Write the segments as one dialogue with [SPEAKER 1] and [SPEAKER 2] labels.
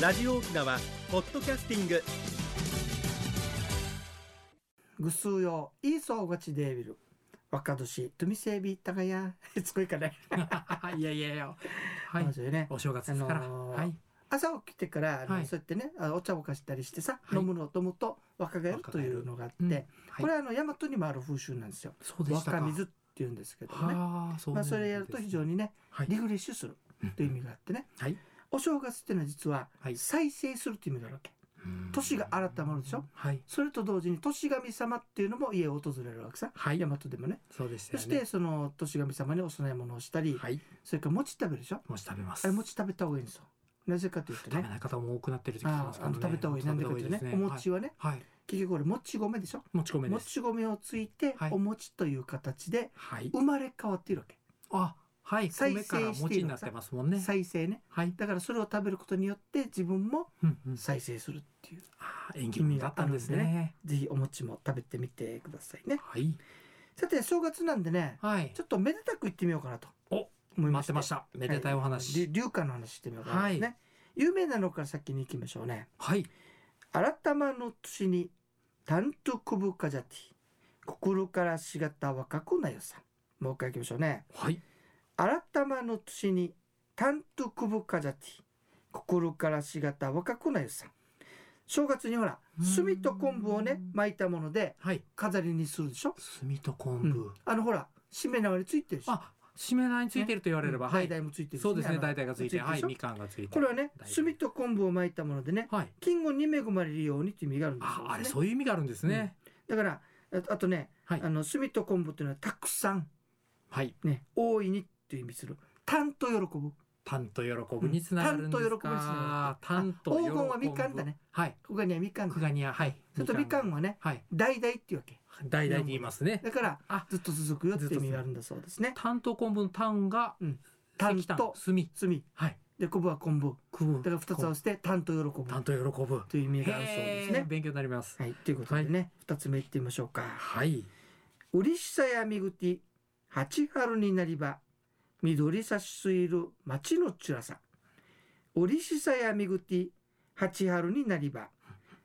[SPEAKER 1] ラジオ沖縄ポッドキャスティング
[SPEAKER 2] ぐすうよいいそうがちデービル若年とみせびたがや すごいかね、
[SPEAKER 3] いやいやいや。は
[SPEAKER 2] ま
[SPEAKER 3] い
[SPEAKER 2] ず。よね
[SPEAKER 3] お正月ですから。
[SPEAKER 2] あのー
[SPEAKER 3] はい。
[SPEAKER 2] 朝起きてから、あの
[SPEAKER 3] はい
[SPEAKER 2] そうやってねあお茶をかしたりしてさ、
[SPEAKER 3] はい
[SPEAKER 2] 飲むの飲むと若返る
[SPEAKER 3] 若
[SPEAKER 2] と
[SPEAKER 3] 返
[SPEAKER 2] い
[SPEAKER 3] る
[SPEAKER 2] うのがあって、
[SPEAKER 3] うんはい
[SPEAKER 2] これはあの大和にもある風習なんですよ
[SPEAKER 3] そうでしたか。
[SPEAKER 2] 若水って言うんですけどね
[SPEAKER 3] はあ、そう
[SPEAKER 2] ま
[SPEAKER 3] な
[SPEAKER 2] あ
[SPEAKER 3] んです
[SPEAKER 2] そ
[SPEAKER 3] ね。
[SPEAKER 2] れやると非常にね
[SPEAKER 3] はい
[SPEAKER 2] リフレッシュするという意味があってね、
[SPEAKER 3] はい
[SPEAKER 2] お正月っていうのは実は
[SPEAKER 3] はい
[SPEAKER 2] 再生するという意味があるわけ
[SPEAKER 3] うん
[SPEAKER 2] 年が改まるでしょ。
[SPEAKER 3] はい。
[SPEAKER 2] それと同時に年神様っていうのも家を訪れるわけさ
[SPEAKER 3] はい
[SPEAKER 2] 大。和でもね
[SPEAKER 3] そうでした
[SPEAKER 2] そ
[SPEAKER 3] よ
[SPEAKER 2] し
[SPEAKER 3] ね
[SPEAKER 2] て。その年神様にお供え物をしたり、
[SPEAKER 3] はい。
[SPEAKER 2] それから餅食べるでしょ
[SPEAKER 3] もし食べます。
[SPEAKER 2] あれ餅食べた方がいいんですよなぜかというと
[SPEAKER 3] 食べ
[SPEAKER 2] ね
[SPEAKER 3] ない方も多くなってる時期
[SPEAKER 2] あ
[SPEAKER 3] ます
[SPEAKER 2] ああ
[SPEAKER 3] から
[SPEAKER 2] の
[SPEAKER 3] ね。
[SPEAKER 2] 食べた方がいいなんでかというとねお餅
[SPEAKER 3] は。
[SPEAKER 2] はね
[SPEAKER 3] はい。
[SPEAKER 2] 結局これもち米でしょ
[SPEAKER 3] もち米
[SPEAKER 2] も
[SPEAKER 3] です。
[SPEAKER 2] ち米をついて
[SPEAKER 3] はい
[SPEAKER 2] お餅という形で
[SPEAKER 3] はい。
[SPEAKER 2] 生まれ変わっているわけ、
[SPEAKER 3] あ、はい。
[SPEAKER 2] 再生
[SPEAKER 3] 米から
[SPEAKER 2] してい
[SPEAKER 3] 餅
[SPEAKER 2] る
[SPEAKER 3] になってますもんね。
[SPEAKER 2] 再生ね
[SPEAKER 3] はい。
[SPEAKER 2] だからそれを食べることによって自分も
[SPEAKER 3] うんうん。
[SPEAKER 2] 再生するっていう
[SPEAKER 3] あー、縁起物だったんですね。
[SPEAKER 2] ぜひお餅も食べてみてくださいね
[SPEAKER 3] はい。
[SPEAKER 2] さて正月なんでね
[SPEAKER 3] はい
[SPEAKER 2] ち。ょっとめでたく行ってみようかなと
[SPEAKER 3] お
[SPEAKER 2] 思いま
[SPEAKER 3] 待っ
[SPEAKER 2] して
[SPEAKER 3] てました。めでたいお
[SPEAKER 2] り
[SPEAKER 3] 話。
[SPEAKER 2] 流花の話してみようかなとね、
[SPEAKER 3] は
[SPEAKER 2] 有名なのから先に行きましょうね
[SPEAKER 3] はい。
[SPEAKER 2] 改まの年にタントクブカジャティ心からしがた若くなよさんもう一回行きましょうね
[SPEAKER 3] はい。
[SPEAKER 2] 改まの年にタントクブカジャティ心からしがた若くなよさん正月にほら
[SPEAKER 3] うん
[SPEAKER 2] 炭と昆布をね巻いたもので
[SPEAKER 3] はい。
[SPEAKER 2] 飾りにするでしょ、
[SPEAKER 3] 炭と昆
[SPEAKER 2] うん
[SPEAKER 3] 布。
[SPEAKER 2] あのほらしめ縄についてるでしょ
[SPEAKER 3] あ、しめ縄についてると言われれば、
[SPEAKER 2] うん
[SPEAKER 3] はい。
[SPEAKER 2] 橙もついてるし
[SPEAKER 3] そうです
[SPEAKER 2] あ
[SPEAKER 3] ね、
[SPEAKER 2] の
[SPEAKER 3] 大体がついて、
[SPEAKER 2] るで
[SPEAKER 3] はい、
[SPEAKER 2] しょ
[SPEAKER 3] みかんがついて。
[SPEAKER 2] これはね
[SPEAKER 3] 大体
[SPEAKER 2] 炭と昆布を巻いたものでね
[SPEAKER 3] はい。
[SPEAKER 2] 金をに恵まれるようにという意味があるんですよ、
[SPEAKER 3] あ、
[SPEAKER 2] ね、
[SPEAKER 3] あれ、そういう意味があるんですね。
[SPEAKER 2] だからあとあとね、
[SPEAKER 3] はい
[SPEAKER 2] あの炭と昆布っていうのはたくさん
[SPEAKER 3] はい。
[SPEAKER 2] ね大いにっていう意味するたんと喜ぶ
[SPEAKER 3] パンと喜ぶにつながるんで
[SPEAKER 2] うんパンと
[SPEAKER 3] す
[SPEAKER 2] 喜ぶにつなが
[SPEAKER 3] か。パンと喜ぶ。
[SPEAKER 2] 黄金はみかんだね。
[SPEAKER 3] はい。
[SPEAKER 2] ここにはみかん
[SPEAKER 3] ク
[SPEAKER 2] そ
[SPEAKER 3] ガニア、はい。
[SPEAKER 2] れとみかん
[SPEAKER 3] が
[SPEAKER 2] はね
[SPEAKER 3] はい。
[SPEAKER 2] 代々っていうわけ
[SPEAKER 3] 大々って言いますね。
[SPEAKER 2] だから
[SPEAKER 3] あ
[SPEAKER 2] ずっと続くよっていう意味があるんだそうですね
[SPEAKER 3] 担当昆布のンが、
[SPEAKER 2] うん
[SPEAKER 3] 石炭、炭
[SPEAKER 2] 炭と。炭
[SPEAKER 3] はい。
[SPEAKER 2] で昆布は昆布
[SPEAKER 3] くぶ。
[SPEAKER 2] だから二つ合わせてたんと喜ぶ
[SPEAKER 3] 担当喜ぶ。
[SPEAKER 2] という意味があるそうです
[SPEAKER 3] へー
[SPEAKER 2] ね
[SPEAKER 3] 勉強になります。
[SPEAKER 2] はいということでね二、つ目いってみましょうか
[SPEAKER 3] はい。
[SPEAKER 2] うりしさやみぐて八春になりば緑さしすいる町のちゅらさうりしさやみぐて八春になりば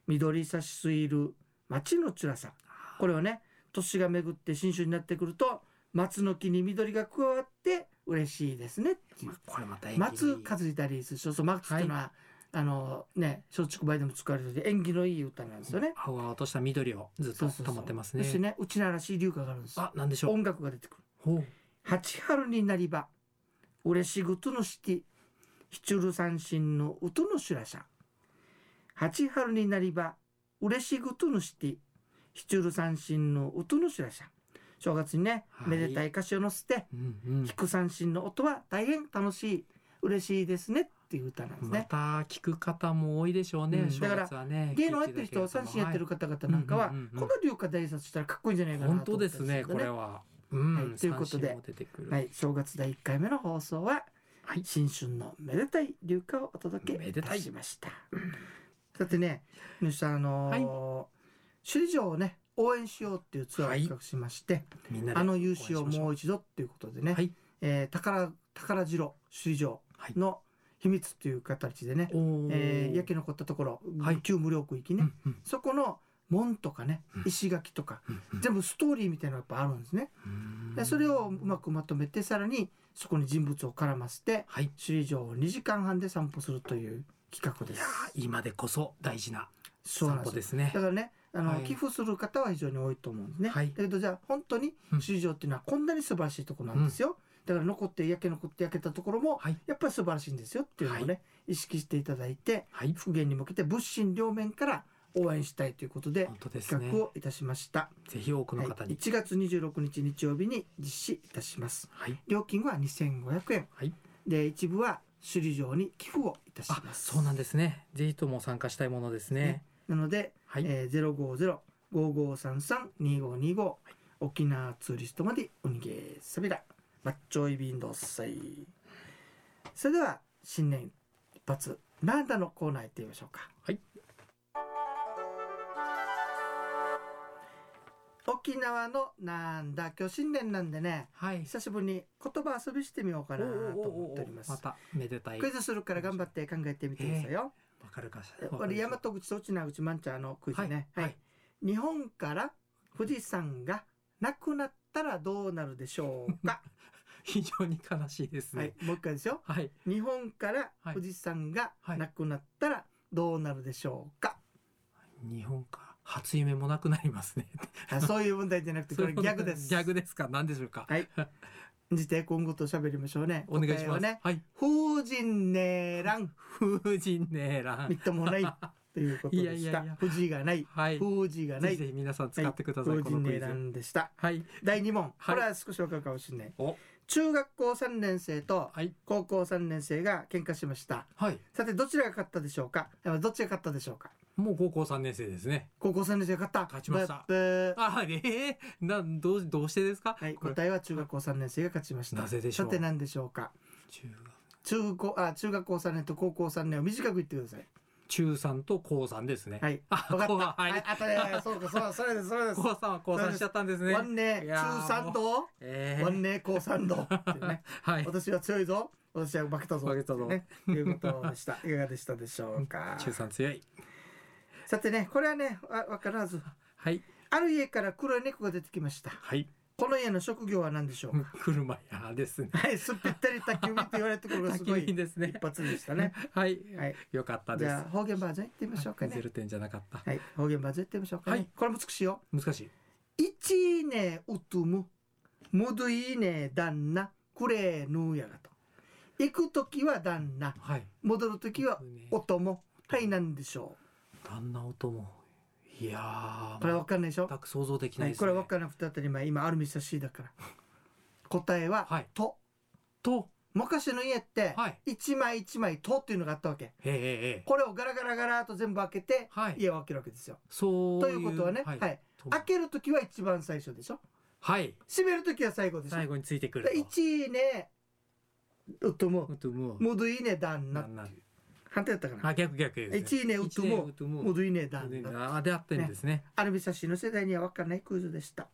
[SPEAKER 2] 緑さしすいる町のちゅらさこれをね年が巡って新種になってくると松の木に緑が加わって嬉しいですねっていう
[SPEAKER 3] これまた縁起がいい
[SPEAKER 2] 松数えたりするそうそう松っていうのは、あのね松竹梅でも使われてて縁起のいい歌なんですよね。
[SPEAKER 3] 青々とした緑をずっ
[SPEAKER 2] そ
[SPEAKER 3] と
[SPEAKER 2] うそうそう
[SPEAKER 3] 保ってますね。
[SPEAKER 2] そしてねうちならしい流歌があるんですよ。
[SPEAKER 3] あ、なんでしょう。
[SPEAKER 2] 音楽が出てくる。
[SPEAKER 3] ほう。
[SPEAKER 2] 八春になりば、嬉しぐとのして、ひちゅる三振のうとのしゅらしゃ。八春になりば、嬉しぐとのして、ひちゅる三振のうとのしゅらしゃ。正月にね、
[SPEAKER 3] はい
[SPEAKER 2] めでたい歌詞を載せて、
[SPEAKER 3] うんうん
[SPEAKER 2] 弾。く三振の音は大変楽しい、嬉しいですねっていう歌なんです
[SPEAKER 3] ま
[SPEAKER 2] ね。
[SPEAKER 3] た聞く方も多いでしょうね、
[SPEAKER 2] うん
[SPEAKER 3] 正月はね
[SPEAKER 2] 芸能やってる人、三振やってる
[SPEAKER 3] 方
[SPEAKER 2] 方々なんかは、
[SPEAKER 3] うんうんうんうん
[SPEAKER 2] この流歌大殺したらかっこいいんじゃないかなと
[SPEAKER 3] 本当
[SPEAKER 2] 思った
[SPEAKER 3] で
[SPEAKER 2] り
[SPEAKER 3] す
[SPEAKER 2] るん
[SPEAKER 3] ね
[SPEAKER 2] よ
[SPEAKER 3] これは、うん
[SPEAKER 2] はいということで
[SPEAKER 3] 三振も出てくる、
[SPEAKER 2] はい、正月第1回目の放送は、
[SPEAKER 3] はい
[SPEAKER 2] 新春のめでたい流歌をお届けいたしました。さてね、皆さん、あのー首里城をね、応援しようっていうツアーを企画しまして、
[SPEAKER 3] みんなで
[SPEAKER 2] あの勇姿をもう一度っていうことでね、
[SPEAKER 3] はい
[SPEAKER 2] えー宝、宝城首里城の秘密という形でね、
[SPEAKER 3] お
[SPEAKER 2] えー焼け
[SPEAKER 3] け
[SPEAKER 2] 残ったところ、
[SPEAKER 3] はい
[SPEAKER 2] 旧無料区域ね、
[SPEAKER 3] うんうん
[SPEAKER 2] そこの門とかね
[SPEAKER 3] うん、
[SPEAKER 2] 石垣とか、
[SPEAKER 3] うんうん
[SPEAKER 2] 全部ストーリーみたいなのがやっぱあるんですね。でそれをうまくまとめてさらにそこに人物を絡ませて
[SPEAKER 3] はいい
[SPEAKER 2] 首里城を2時間半で散歩するという企画で
[SPEAKER 3] や
[SPEAKER 2] す。
[SPEAKER 3] ー今でこそ大事な
[SPEAKER 2] そうな
[SPEAKER 3] 散
[SPEAKER 2] ん
[SPEAKER 3] 歩
[SPEAKER 2] ですよ
[SPEAKER 3] ですね
[SPEAKER 2] だからねあの、
[SPEAKER 3] はい
[SPEAKER 2] 寄付する方は非常に多いと思うんですね。
[SPEAKER 3] はい
[SPEAKER 2] だけどじゃあ本当に
[SPEAKER 3] うん
[SPEAKER 2] 首里城っていうのはこんなに素晴らしいところなんですよ。だから残って焼け残って焼けたところも
[SPEAKER 3] はい
[SPEAKER 2] やっぱり素晴らしいんですよっていうのをね、
[SPEAKER 3] は
[SPEAKER 2] 意識していただいて
[SPEAKER 3] はい
[SPEAKER 2] 復元に向けて物心両面から応援したいということで
[SPEAKER 3] 本当ですね
[SPEAKER 2] 企画をいたしました。
[SPEAKER 3] ぜひ多くの
[SPEAKER 2] はい、
[SPEAKER 3] 方に
[SPEAKER 2] 1月26日日曜日に実施いたします。
[SPEAKER 3] はい、
[SPEAKER 2] 料金は2500円
[SPEAKER 3] はい
[SPEAKER 2] で一部は首里城に寄付をいたし
[SPEAKER 3] あ
[SPEAKER 2] ます
[SPEAKER 3] そうなんですねぜひとも参加したいものですね
[SPEAKER 2] ねなので、
[SPEAKER 3] はい、
[SPEAKER 2] えー、050-5533-2525沖縄ツーリストまでおにげさびらマッチョイビンドッサイそれでは新年一発なんだのコーナー行ってみましょうか
[SPEAKER 3] はい
[SPEAKER 2] 沖縄のなんだ今日新年なんでね
[SPEAKER 3] はい
[SPEAKER 2] 久しぶりに言葉遊びしてみようかなと思っております
[SPEAKER 3] まためでたい
[SPEAKER 2] クイズするから頑張って考えてみてくださいよ。
[SPEAKER 3] わかるかしら。わかる
[SPEAKER 2] 俺
[SPEAKER 3] でしょ
[SPEAKER 2] 大和口とちなうちまんちゃんのクイズね、
[SPEAKER 3] はい
[SPEAKER 2] はい日本から富士山がなくなったらどうなるでしょうか、
[SPEAKER 3] 非常に悲しいです
[SPEAKER 2] はい
[SPEAKER 3] ね。、
[SPEAKER 2] もう一回ですよ
[SPEAKER 3] はい。
[SPEAKER 2] 日本から
[SPEAKER 3] はい
[SPEAKER 2] 富士山がなくなったらどうなるでしょう か、
[SPEAKER 3] 日本か初夢もなくなります ね。
[SPEAKER 2] あそういう問題じゃなくてこれ逆です
[SPEAKER 3] ギャグですか。何でしょうか。
[SPEAKER 2] はい時抵今後と喋りましょうね
[SPEAKER 3] お願い
[SPEAKER 2] 答
[SPEAKER 3] し
[SPEAKER 2] え
[SPEAKER 3] ま
[SPEAKER 2] は
[SPEAKER 3] す。
[SPEAKER 2] ね
[SPEAKER 3] はい。
[SPEAKER 2] 風神ねらん
[SPEAKER 3] 風神ねら
[SPEAKER 2] みっ
[SPEAKER 3] ん。
[SPEAKER 2] とも ないということでした
[SPEAKER 3] いやいやいや
[SPEAKER 2] 富士がない
[SPEAKER 3] はい。ぜ
[SPEAKER 2] 風神がない
[SPEAKER 3] ひぜひ皆さん使ってください。
[SPEAKER 2] 風
[SPEAKER 3] こ
[SPEAKER 2] 神
[SPEAKER 3] のク
[SPEAKER 2] ね
[SPEAKER 3] イ
[SPEAKER 2] ら
[SPEAKER 3] ズ。
[SPEAKER 2] んでした
[SPEAKER 3] はい。
[SPEAKER 2] 第2問
[SPEAKER 3] は
[SPEAKER 2] こ
[SPEAKER 3] い
[SPEAKER 2] れは少し分かるかもしれない、
[SPEAKER 3] お。
[SPEAKER 2] 中学校3年生と
[SPEAKER 3] はい。
[SPEAKER 2] 高校3年生が喧嘩しました
[SPEAKER 3] はい。
[SPEAKER 2] さてどちらが勝ったでしょうかどっちが勝ったでしょうか
[SPEAKER 3] もう高校三年生ですね。
[SPEAKER 2] 高校3年生が勝った
[SPEAKER 3] 勝ちました
[SPEAKER 2] ブッブー
[SPEAKER 3] あ、ええ な、どう、どうしてですか。
[SPEAKER 2] はい、
[SPEAKER 3] これ
[SPEAKER 2] 答えは中学校3年生が勝ちました
[SPEAKER 3] なぜでしょう
[SPEAKER 2] さて何でしょうか
[SPEAKER 3] 中
[SPEAKER 2] 中高あ中学校3年と高校3年を短く言ってください
[SPEAKER 3] 中三と高三ですね。
[SPEAKER 2] はい
[SPEAKER 3] あ、
[SPEAKER 2] 分か
[SPEAKER 3] 高
[SPEAKER 2] った
[SPEAKER 3] は
[SPEAKER 2] はい
[SPEAKER 3] い。
[SPEAKER 2] あとねそうかそうそれですそれです
[SPEAKER 3] 高三は高三しちゃったん ですね
[SPEAKER 2] ワ。ンネ中
[SPEAKER 3] いやー
[SPEAKER 2] 3度
[SPEAKER 3] ええ
[SPEAKER 2] ワンネ高3度 ってね
[SPEAKER 3] はい。
[SPEAKER 2] 私は強いぞ私は負けたぞ
[SPEAKER 3] 負けたぞ
[SPEAKER 2] ねいうことでしたいかがでしたでしょうか
[SPEAKER 3] 中三強い。
[SPEAKER 2] さてねこれはねわ分からず
[SPEAKER 3] はい。
[SPEAKER 2] ある家から黒い猫が出てきました
[SPEAKER 3] はい。
[SPEAKER 2] この家の職業は何でしょうか
[SPEAKER 3] 車屋ですね。
[SPEAKER 2] はいすっぴったり宅急便と言われたところ がすご
[SPEAKER 3] 焚き火
[SPEAKER 2] い
[SPEAKER 3] ですね
[SPEAKER 2] 一。発でしたね
[SPEAKER 3] はい。
[SPEAKER 2] はい
[SPEAKER 3] よかった
[SPEAKER 2] じ
[SPEAKER 3] です
[SPEAKER 2] ゃあ。方言バージョンいってみましょうかね
[SPEAKER 3] ゼロ点じゃなかった。
[SPEAKER 2] はい方言バージョンいってみましょうかね
[SPEAKER 3] はい
[SPEAKER 2] これもつくしよ
[SPEAKER 3] 難しい。
[SPEAKER 2] 一ねうとむもどいね旦那くれぬやがと行く時は旦那
[SPEAKER 3] はい。
[SPEAKER 2] 戻る時は
[SPEAKER 3] ね
[SPEAKER 2] お供はい何でしょ
[SPEAKER 3] 旦那音も。いや
[SPEAKER 2] うこれ
[SPEAKER 3] ー。
[SPEAKER 2] 分かんないでしょ
[SPEAKER 3] 全く想像できな
[SPEAKER 2] はいい
[SPEAKER 3] です、ね。
[SPEAKER 2] これ分からなくて当たり前今アルミ差しだ から答えは
[SPEAKER 3] はい
[SPEAKER 2] 「と」
[SPEAKER 3] と。
[SPEAKER 2] 昔の家って
[SPEAKER 3] はい
[SPEAKER 2] 一枚一枚「と」っていうのがあったわけ
[SPEAKER 3] ええええええ。
[SPEAKER 2] これをガラガラガラと全部開けて
[SPEAKER 3] はい。
[SPEAKER 2] 家を開けるわけですよ。
[SPEAKER 3] そう
[SPEAKER 2] ということはね、はい
[SPEAKER 3] と
[SPEAKER 2] 開ける時は一番最初でしょ
[SPEAKER 3] はい。
[SPEAKER 2] 閉める時は最後でしょ
[SPEAKER 3] 最後についてくると。
[SPEAKER 2] で1位ねうとも
[SPEAKER 3] うともう。
[SPEAKER 2] もどいね旦那
[SPEAKER 3] 旦那
[SPEAKER 2] 反対だったかな
[SPEAKER 3] あ、逆逆ですね。
[SPEAKER 2] 一位ねうとも
[SPEAKER 3] 一位ねうとも
[SPEAKER 2] もどいね旦
[SPEAKER 3] ね
[SPEAKER 2] 那
[SPEAKER 3] あ、であってんですね。
[SPEAKER 2] アルビサシの世代には分かんないクイズでした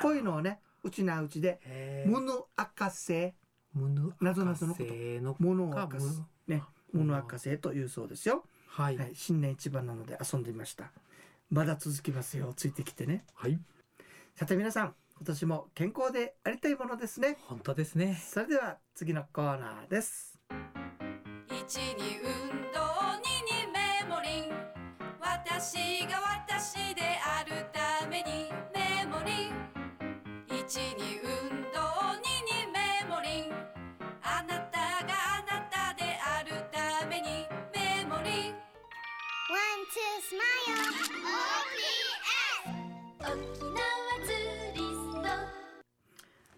[SPEAKER 2] こういうのをねうちなうちで「
[SPEAKER 3] へえ。
[SPEAKER 2] もの明かせ」
[SPEAKER 3] むぬ
[SPEAKER 2] 謎々のこと「
[SPEAKER 3] せ
[SPEAKER 2] ものを明
[SPEAKER 3] か
[SPEAKER 2] か
[SPEAKER 3] む
[SPEAKER 2] す」ね「もの明かせ」というそうですよ、
[SPEAKER 3] はい
[SPEAKER 2] はい、新年一番なので遊んでみましたまだ続きますよついてきてね
[SPEAKER 3] はい。
[SPEAKER 2] さて皆さん今年も健康でありたいものですね
[SPEAKER 3] 本当ですね。
[SPEAKER 2] それでは次のコーナーです
[SPEAKER 4] 一に運動二にメモリン私が私であるためにメモリン一に運動二にメモリンあなたがあなたであるためにメモリン
[SPEAKER 5] One, two, smile. OPS.
[SPEAKER 4] 沖縄ツーリスト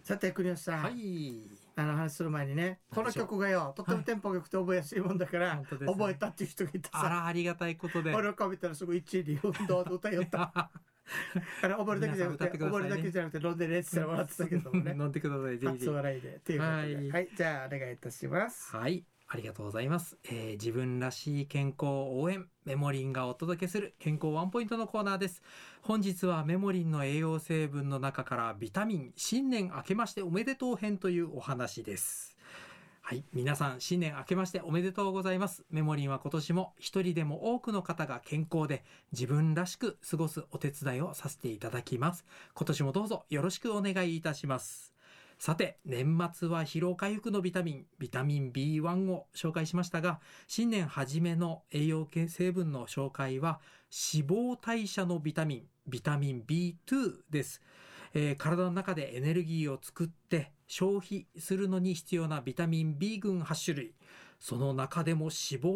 [SPEAKER 2] さて国吉さん、
[SPEAKER 3] はい。
[SPEAKER 2] あの話する前にねこの曲がよとってもテンポが良くて覚えやすいもんだから、
[SPEAKER 3] 本当ですね
[SPEAKER 2] 覚えたっていう人がいた
[SPEAKER 3] あ
[SPEAKER 2] さ
[SPEAKER 3] ら、ありがたいことで。
[SPEAKER 2] 俺をかめたらすごい一位に運動で歌いよ ったあの覚えるだけじゃなくて
[SPEAKER 3] 皆さん歌ってくださ
[SPEAKER 2] 覚
[SPEAKER 3] い
[SPEAKER 2] え
[SPEAKER 3] ね
[SPEAKER 2] るだけじゃなくて飲んでねって言ったら笑ってたけどもね
[SPEAKER 3] 飲んでください、ぜひぜ
[SPEAKER 2] 初
[SPEAKER 3] ひ。
[SPEAKER 2] 笑いでということでは、
[SPEAKER 3] はいい
[SPEAKER 2] じゃあお願いいたします
[SPEAKER 3] はい、ありがとうございます、えー自分らしい健康応援、メモリンがお届けする健康ワンポイントのコーナーです。本日はメモリンの栄養成分の中からビタミン、新年明けましておめでとう編というお話です。はい。皆さん、新年明けましておめでとうございます。メモリンは今年も一人でも多くの方が健康で自分らしく過ごすお手伝いをさせていただきます。今年もどうぞよろしくお願いいたします。さて、年末は疲労回復のビタミン、ビタミン B1 を紹介しましたが、新年初めの栄養系成分の紹介は、脂肪代謝のビタミン、ビタミン B2 です。えー体の中でエネルギーを作って消費するのに必要なビタミン B 群8種類。その中でも脂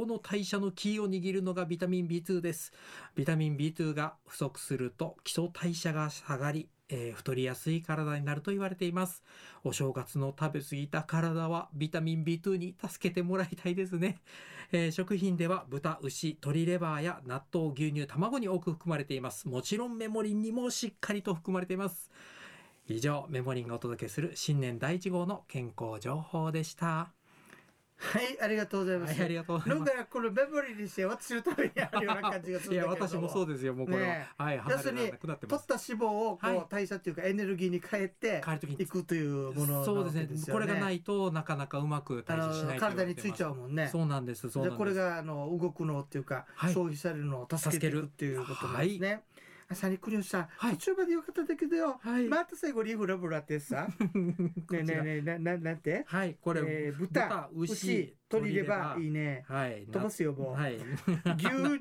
[SPEAKER 3] 肪の代謝のキーを握るのがビタミン B2 です。ビタミン B2 が不足すると基礎代謝が下がり、えー太りやすい体になると言われています。お正月の食べ過ぎた体はビタミン B2 に助けてもらいたいですね。 えー食品では豚、牛、鶏レバーや納豆、牛乳、卵に多く含まれています。もちろんメモリンにもしっかりと含まれています。以上、メモリンがお届けする新年第1号の健康情報でした。
[SPEAKER 2] はい、ありがとうございま
[SPEAKER 3] は
[SPEAKER 2] す。
[SPEAKER 3] い、ありがとうござい
[SPEAKER 2] なん
[SPEAKER 3] ます。
[SPEAKER 2] かこのメモリーにして私のためにあるような感じがするん
[SPEAKER 3] い
[SPEAKER 2] だけれ
[SPEAKER 3] や、
[SPEAKER 2] ど
[SPEAKER 3] 私もそうですよ、もうこれは。
[SPEAKER 2] ね
[SPEAKER 3] はい、
[SPEAKER 2] 要
[SPEAKER 3] 離
[SPEAKER 2] す
[SPEAKER 3] れ
[SPEAKER 2] る
[SPEAKER 3] られ
[SPEAKER 2] に
[SPEAKER 3] なくなってま
[SPEAKER 2] 取っ
[SPEAKER 3] す。
[SPEAKER 2] た脂肪をこう、
[SPEAKER 3] はい
[SPEAKER 2] 代謝っていうかエネルギーに変えて
[SPEAKER 3] 帰るときに
[SPEAKER 2] いくというものなわ
[SPEAKER 3] そうです
[SPEAKER 2] け
[SPEAKER 3] ね
[SPEAKER 2] ですよ
[SPEAKER 3] こ
[SPEAKER 2] ね。
[SPEAKER 3] れがないと、なかなかうまく
[SPEAKER 2] あ
[SPEAKER 3] 対
[SPEAKER 2] の
[SPEAKER 3] 峙しないと言われて
[SPEAKER 2] 体
[SPEAKER 3] ます。
[SPEAKER 2] についちゃうもんね。
[SPEAKER 3] そうなんです、そうな
[SPEAKER 2] で
[SPEAKER 3] んです。
[SPEAKER 2] これがあの動くのっていうか、
[SPEAKER 3] はい
[SPEAKER 2] 消費されるのを助けていくっていうことなんですね。あさに国吉さん、
[SPEAKER 3] はい
[SPEAKER 2] 途中までよかったんだけどよ、
[SPEAKER 3] はい。
[SPEAKER 2] また最後リフラブラってさ、ね
[SPEAKER 3] こちら
[SPEAKER 2] えねえねえなななんて、
[SPEAKER 3] はい、これ、
[SPEAKER 2] えー豚
[SPEAKER 3] 牛
[SPEAKER 2] 牛鶏レバーいいね、
[SPEAKER 3] はい、
[SPEAKER 2] 飛ばすよもう、
[SPEAKER 3] はい。
[SPEAKER 2] 牛乳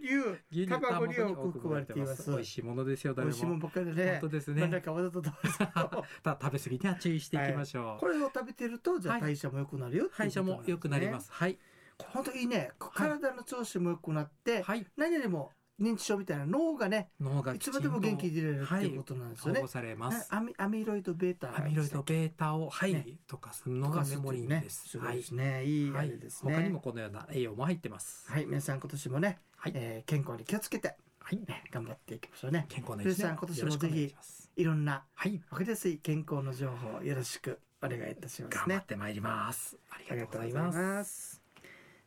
[SPEAKER 3] 牛乳
[SPEAKER 2] 卵に多く
[SPEAKER 3] 多く
[SPEAKER 2] 含まれています。
[SPEAKER 3] 美味しいものですよ、
[SPEAKER 2] 美
[SPEAKER 3] 誰
[SPEAKER 2] 味しいもん
[SPEAKER 3] も。
[SPEAKER 2] ばっかり
[SPEAKER 3] 本
[SPEAKER 2] で
[SPEAKER 3] 当
[SPEAKER 2] ね。
[SPEAKER 3] で
[SPEAKER 2] な
[SPEAKER 3] す
[SPEAKER 2] んだ
[SPEAKER 3] ね。
[SPEAKER 2] かわざとどうぞ
[SPEAKER 3] た食べ過ぎには注意していきましょう。
[SPEAKER 2] これを食べてるとじゃ
[SPEAKER 3] は
[SPEAKER 2] あ
[SPEAKER 3] い
[SPEAKER 2] 代謝も良くなるよっていう。
[SPEAKER 3] 代謝も良くなりますす。はい。
[SPEAKER 2] 本当にね、体の調子も良くなって、
[SPEAKER 3] はい。
[SPEAKER 2] 何よりも認知症みたいな脳がね、
[SPEAKER 3] 脳が
[SPEAKER 2] い
[SPEAKER 3] きち
[SPEAKER 2] つ
[SPEAKER 3] んと
[SPEAKER 2] までも元気に出れるっていうことなんですよ
[SPEAKER 3] 保
[SPEAKER 2] ね
[SPEAKER 3] 護。されます。
[SPEAKER 2] あアミアミロイド β
[SPEAKER 3] アミロイド β を、はい、
[SPEAKER 2] ね
[SPEAKER 3] 溶かすのがメモリー
[SPEAKER 2] ね
[SPEAKER 3] で。す。
[SPEAKER 2] すご
[SPEAKER 3] はいい
[SPEAKER 2] で。すね。いいあ
[SPEAKER 3] は
[SPEAKER 2] れ
[SPEAKER 3] い
[SPEAKER 2] ですね。
[SPEAKER 3] 他にもこのような栄養も入ってます。
[SPEAKER 2] はい、皆さん今年もね、
[SPEAKER 3] はい
[SPEAKER 2] えー健康に気をつけて、
[SPEAKER 3] はい。
[SPEAKER 2] ね、頑張っていきましょうね。
[SPEAKER 3] 健康な
[SPEAKER 2] ルー
[SPEAKER 3] 一
[SPEAKER 2] さん
[SPEAKER 3] 年を
[SPEAKER 2] 今年
[SPEAKER 3] よろ
[SPEAKER 2] も
[SPEAKER 3] しく
[SPEAKER 2] ぜ
[SPEAKER 3] お願いし
[SPEAKER 2] ひ
[SPEAKER 3] ます。
[SPEAKER 2] いろんな
[SPEAKER 3] はい。
[SPEAKER 2] わかりやすい健康の情報をよろしくお願いいたします
[SPEAKER 3] 頑張
[SPEAKER 2] ね
[SPEAKER 3] っ。てまいります。あ
[SPEAKER 2] あ
[SPEAKER 3] り
[SPEAKER 2] り
[SPEAKER 3] が
[SPEAKER 2] が
[SPEAKER 3] と
[SPEAKER 2] と
[SPEAKER 3] う
[SPEAKER 2] う
[SPEAKER 3] ござ
[SPEAKER 2] ご
[SPEAKER 3] い
[SPEAKER 2] ざい
[SPEAKER 3] ます。
[SPEAKER 2] ます。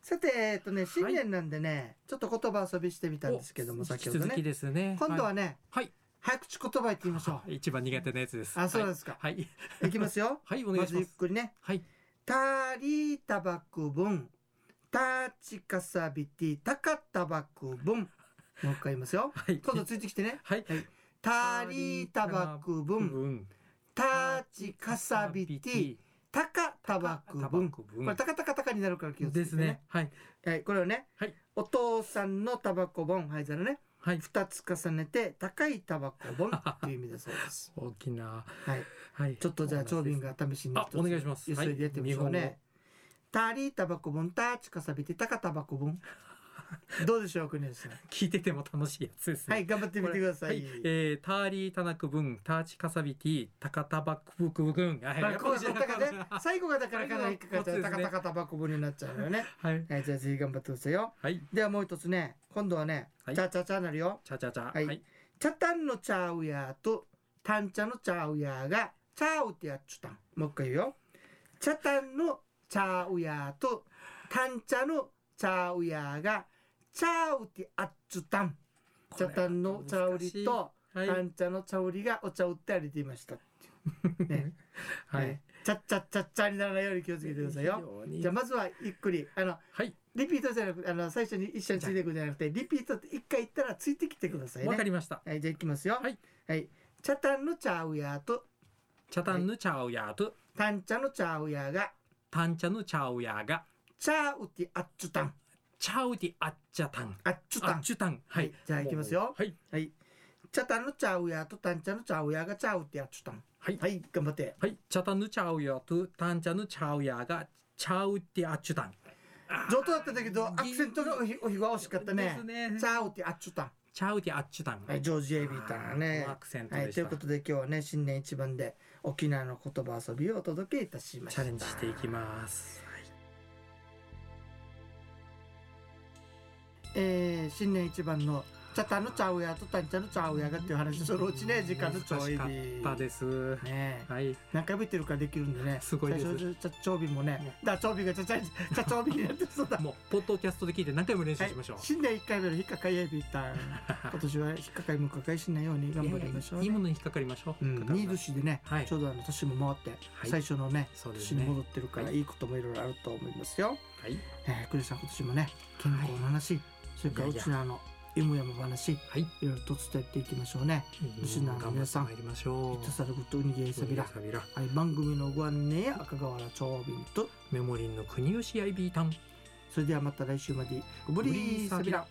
[SPEAKER 2] さて、えっとね、新年なんでね、ちょっと言葉遊びしてみたんですけども、
[SPEAKER 3] お
[SPEAKER 2] 先ほど
[SPEAKER 3] 引き続き
[SPEAKER 2] ね。
[SPEAKER 3] ですね。
[SPEAKER 2] 今度はね、
[SPEAKER 3] はい。
[SPEAKER 2] 早口言葉言ってみましょ
[SPEAKER 3] はい一番苦手なやつです。
[SPEAKER 2] う。あ、そう
[SPEAKER 3] は
[SPEAKER 2] で
[SPEAKER 3] い
[SPEAKER 2] すか。
[SPEAKER 3] はい。
[SPEAKER 2] いきますよ。
[SPEAKER 3] はい、お願
[SPEAKER 2] ま
[SPEAKER 3] いし
[SPEAKER 2] ずゆ
[SPEAKER 3] ま
[SPEAKER 2] っ
[SPEAKER 3] す。
[SPEAKER 2] くりね。
[SPEAKER 3] はい。
[SPEAKER 2] たりたばくぶん。たちかさびてたかたばくぶん。もう一回言いますよ。
[SPEAKER 3] はい。
[SPEAKER 2] 今度ついてきてね。
[SPEAKER 3] はい。
[SPEAKER 2] たりたばくぶん。
[SPEAKER 3] ん。
[SPEAKER 2] たちかさびてたかたばくぶん。こ
[SPEAKER 3] ぶ
[SPEAKER 2] れ、たかたかたかになるから気をつけて、ね。
[SPEAKER 3] ですね。。はい。
[SPEAKER 2] はい、これをね、
[SPEAKER 3] はい
[SPEAKER 2] お父さんのタバコ本、はい、ざるね、
[SPEAKER 3] はい。
[SPEAKER 2] 二つ重ねて、高いタバコ本っていう意味だそうです。
[SPEAKER 3] 大きな。
[SPEAKER 2] はい、
[SPEAKER 3] はい。
[SPEAKER 2] ちょっとじゃあ、長瓶が試しに
[SPEAKER 3] あ
[SPEAKER 2] 一つ
[SPEAKER 3] お願いします
[SPEAKER 2] ゆすいでやってみましょう
[SPEAKER 3] は
[SPEAKER 2] ね
[SPEAKER 3] い。
[SPEAKER 2] たりタバコ本、たちかさびて、たかタバコ 本。どうでしょう、国吉さん。
[SPEAKER 3] 聞いてても楽しいやつですね。
[SPEAKER 2] はい、頑張ってみてください。
[SPEAKER 3] はい、えー、ターリータナクブン、ターチカサビティ、タカタバクブクブクン。はい
[SPEAKER 2] まあこうだったかね
[SPEAKER 3] は、
[SPEAKER 2] 最後がだからかなりかかっちゃう、た
[SPEAKER 3] 最後
[SPEAKER 2] か
[SPEAKER 3] の
[SPEAKER 2] たかタバコ本になっちゃうのよね。
[SPEAKER 3] い。
[SPEAKER 2] はい、じゃあ、ぜひ頑張ってくださいよ。
[SPEAKER 3] はい。
[SPEAKER 2] では、もう一つね、今度はね、
[SPEAKER 3] はい
[SPEAKER 2] チャチャチャなるよ。
[SPEAKER 3] チャチャチャ。
[SPEAKER 2] はい。チャタンのチャウヤーとタンチャのチャウヤーがチャウってやっちゃったんもう一回言うよチャタンのチャウヤーとタンチャのチャウヤーがチャウってやっちゃったんチャタンのチャウリと
[SPEAKER 3] はい。
[SPEAKER 2] タンチャのチャウリがお茶を売ってあげていましたっていうね
[SPEAKER 3] はい
[SPEAKER 2] ね。チャッチャッチャッチャにならないように気をつけてくださいよ
[SPEAKER 3] 非常に
[SPEAKER 2] じゃあまずはゆっくりあの
[SPEAKER 3] はい。
[SPEAKER 2] リピートじゃなくあの最初に一緒についていくんじゃなくてリピートって一回言ったらついてきてくださいね
[SPEAKER 3] わかりました。
[SPEAKER 2] はい、じゃあいきますよ。
[SPEAKER 3] はい。
[SPEAKER 2] はい。チャタンのチャウヤーと
[SPEAKER 3] チャタンヌチャウヤーと、
[SPEAKER 2] タンチャのチャウヤーが、
[SPEAKER 3] タンチャヌチャウヤーが、
[SPEAKER 2] チャウティアッチュタン。
[SPEAKER 3] チャウディアッチャタン。
[SPEAKER 2] アッチュ
[SPEAKER 3] ア
[SPEAKER 2] タ
[SPEAKER 3] ッ
[SPEAKER 2] ン。
[SPEAKER 3] チュタン。は
[SPEAKER 2] はいい。じゃあいきますよ
[SPEAKER 3] はい。
[SPEAKER 2] はい。チャタンのチャウヤーとタンチャのチャウヤーがチャウティアッチュタン。
[SPEAKER 3] はい
[SPEAKER 2] はい、頑張って。
[SPEAKER 3] はい。チャタンヌチャウヤーと、タンチャヌチャウヤーが、チャウディアッチュタン。
[SPEAKER 2] 上等だったんだけど、アクセントがおひおひが惜しかったね
[SPEAKER 3] です。ね
[SPEAKER 2] チャウティアッチュタン。
[SPEAKER 3] チャウディアッチュタン。
[SPEAKER 2] はい、ジョージ・エイビータンがね
[SPEAKER 3] あー。アクセント
[SPEAKER 2] はい、
[SPEAKER 3] で
[SPEAKER 2] とい
[SPEAKER 3] した
[SPEAKER 2] う。ことで今日はね、新年一番で沖縄の言葉遊びをお届けいたしまし
[SPEAKER 3] チャ
[SPEAKER 2] た。
[SPEAKER 3] レンジしていきます。
[SPEAKER 2] えー、新年一番のチャタンのチャウヤーとタンチャのチャウヤーがっていう話そのうちね時間のちょい
[SPEAKER 3] 難しかった
[SPEAKER 2] 日
[SPEAKER 3] です。
[SPEAKER 2] ねえ
[SPEAKER 3] はい。
[SPEAKER 2] 何回も言ってるからできるんでね
[SPEAKER 3] すごいです
[SPEAKER 2] 最初チャ長尾もねだ長尾がチャチャチャ長尾になってそうだ
[SPEAKER 3] もう、ポッドキャストで聞いて何回も練習しましょう。
[SPEAKER 2] はい、新年一回目の引っかかりエビーター今年は引っかかりもかかりしないように頑張りましょう、
[SPEAKER 3] い
[SPEAKER 2] ね
[SPEAKER 3] いものに引っかかりましょう。
[SPEAKER 2] うん、
[SPEAKER 3] かかる
[SPEAKER 2] ニーグシでね、
[SPEAKER 3] はい
[SPEAKER 2] ちょうどあの年も回って、
[SPEAKER 3] い
[SPEAKER 2] 最初のね
[SPEAKER 3] そうです
[SPEAKER 2] 年に
[SPEAKER 3] ね。
[SPEAKER 2] 戻ってるから、
[SPEAKER 3] はい
[SPEAKER 2] い、いこともいろいろあると思いますよ、
[SPEAKER 3] はい。
[SPEAKER 2] えー、クリスさん今年もね健康の話、それから
[SPEAKER 3] いうやいや
[SPEAKER 2] ちのあのよもやも話
[SPEAKER 3] はい。
[SPEAKER 2] いろいろと伝えていきましょうね。リスナーの皆さん
[SPEAKER 3] 頑張って参りましょ
[SPEAKER 2] と
[SPEAKER 3] う。
[SPEAKER 2] さることおにぎりさびら。
[SPEAKER 3] サビラ。
[SPEAKER 2] はい、番組のご案内や赤瓦長瓶と、
[SPEAKER 3] メモリンの国吉アイビータン。
[SPEAKER 2] それではまた来週まで。ごぶりーさびら。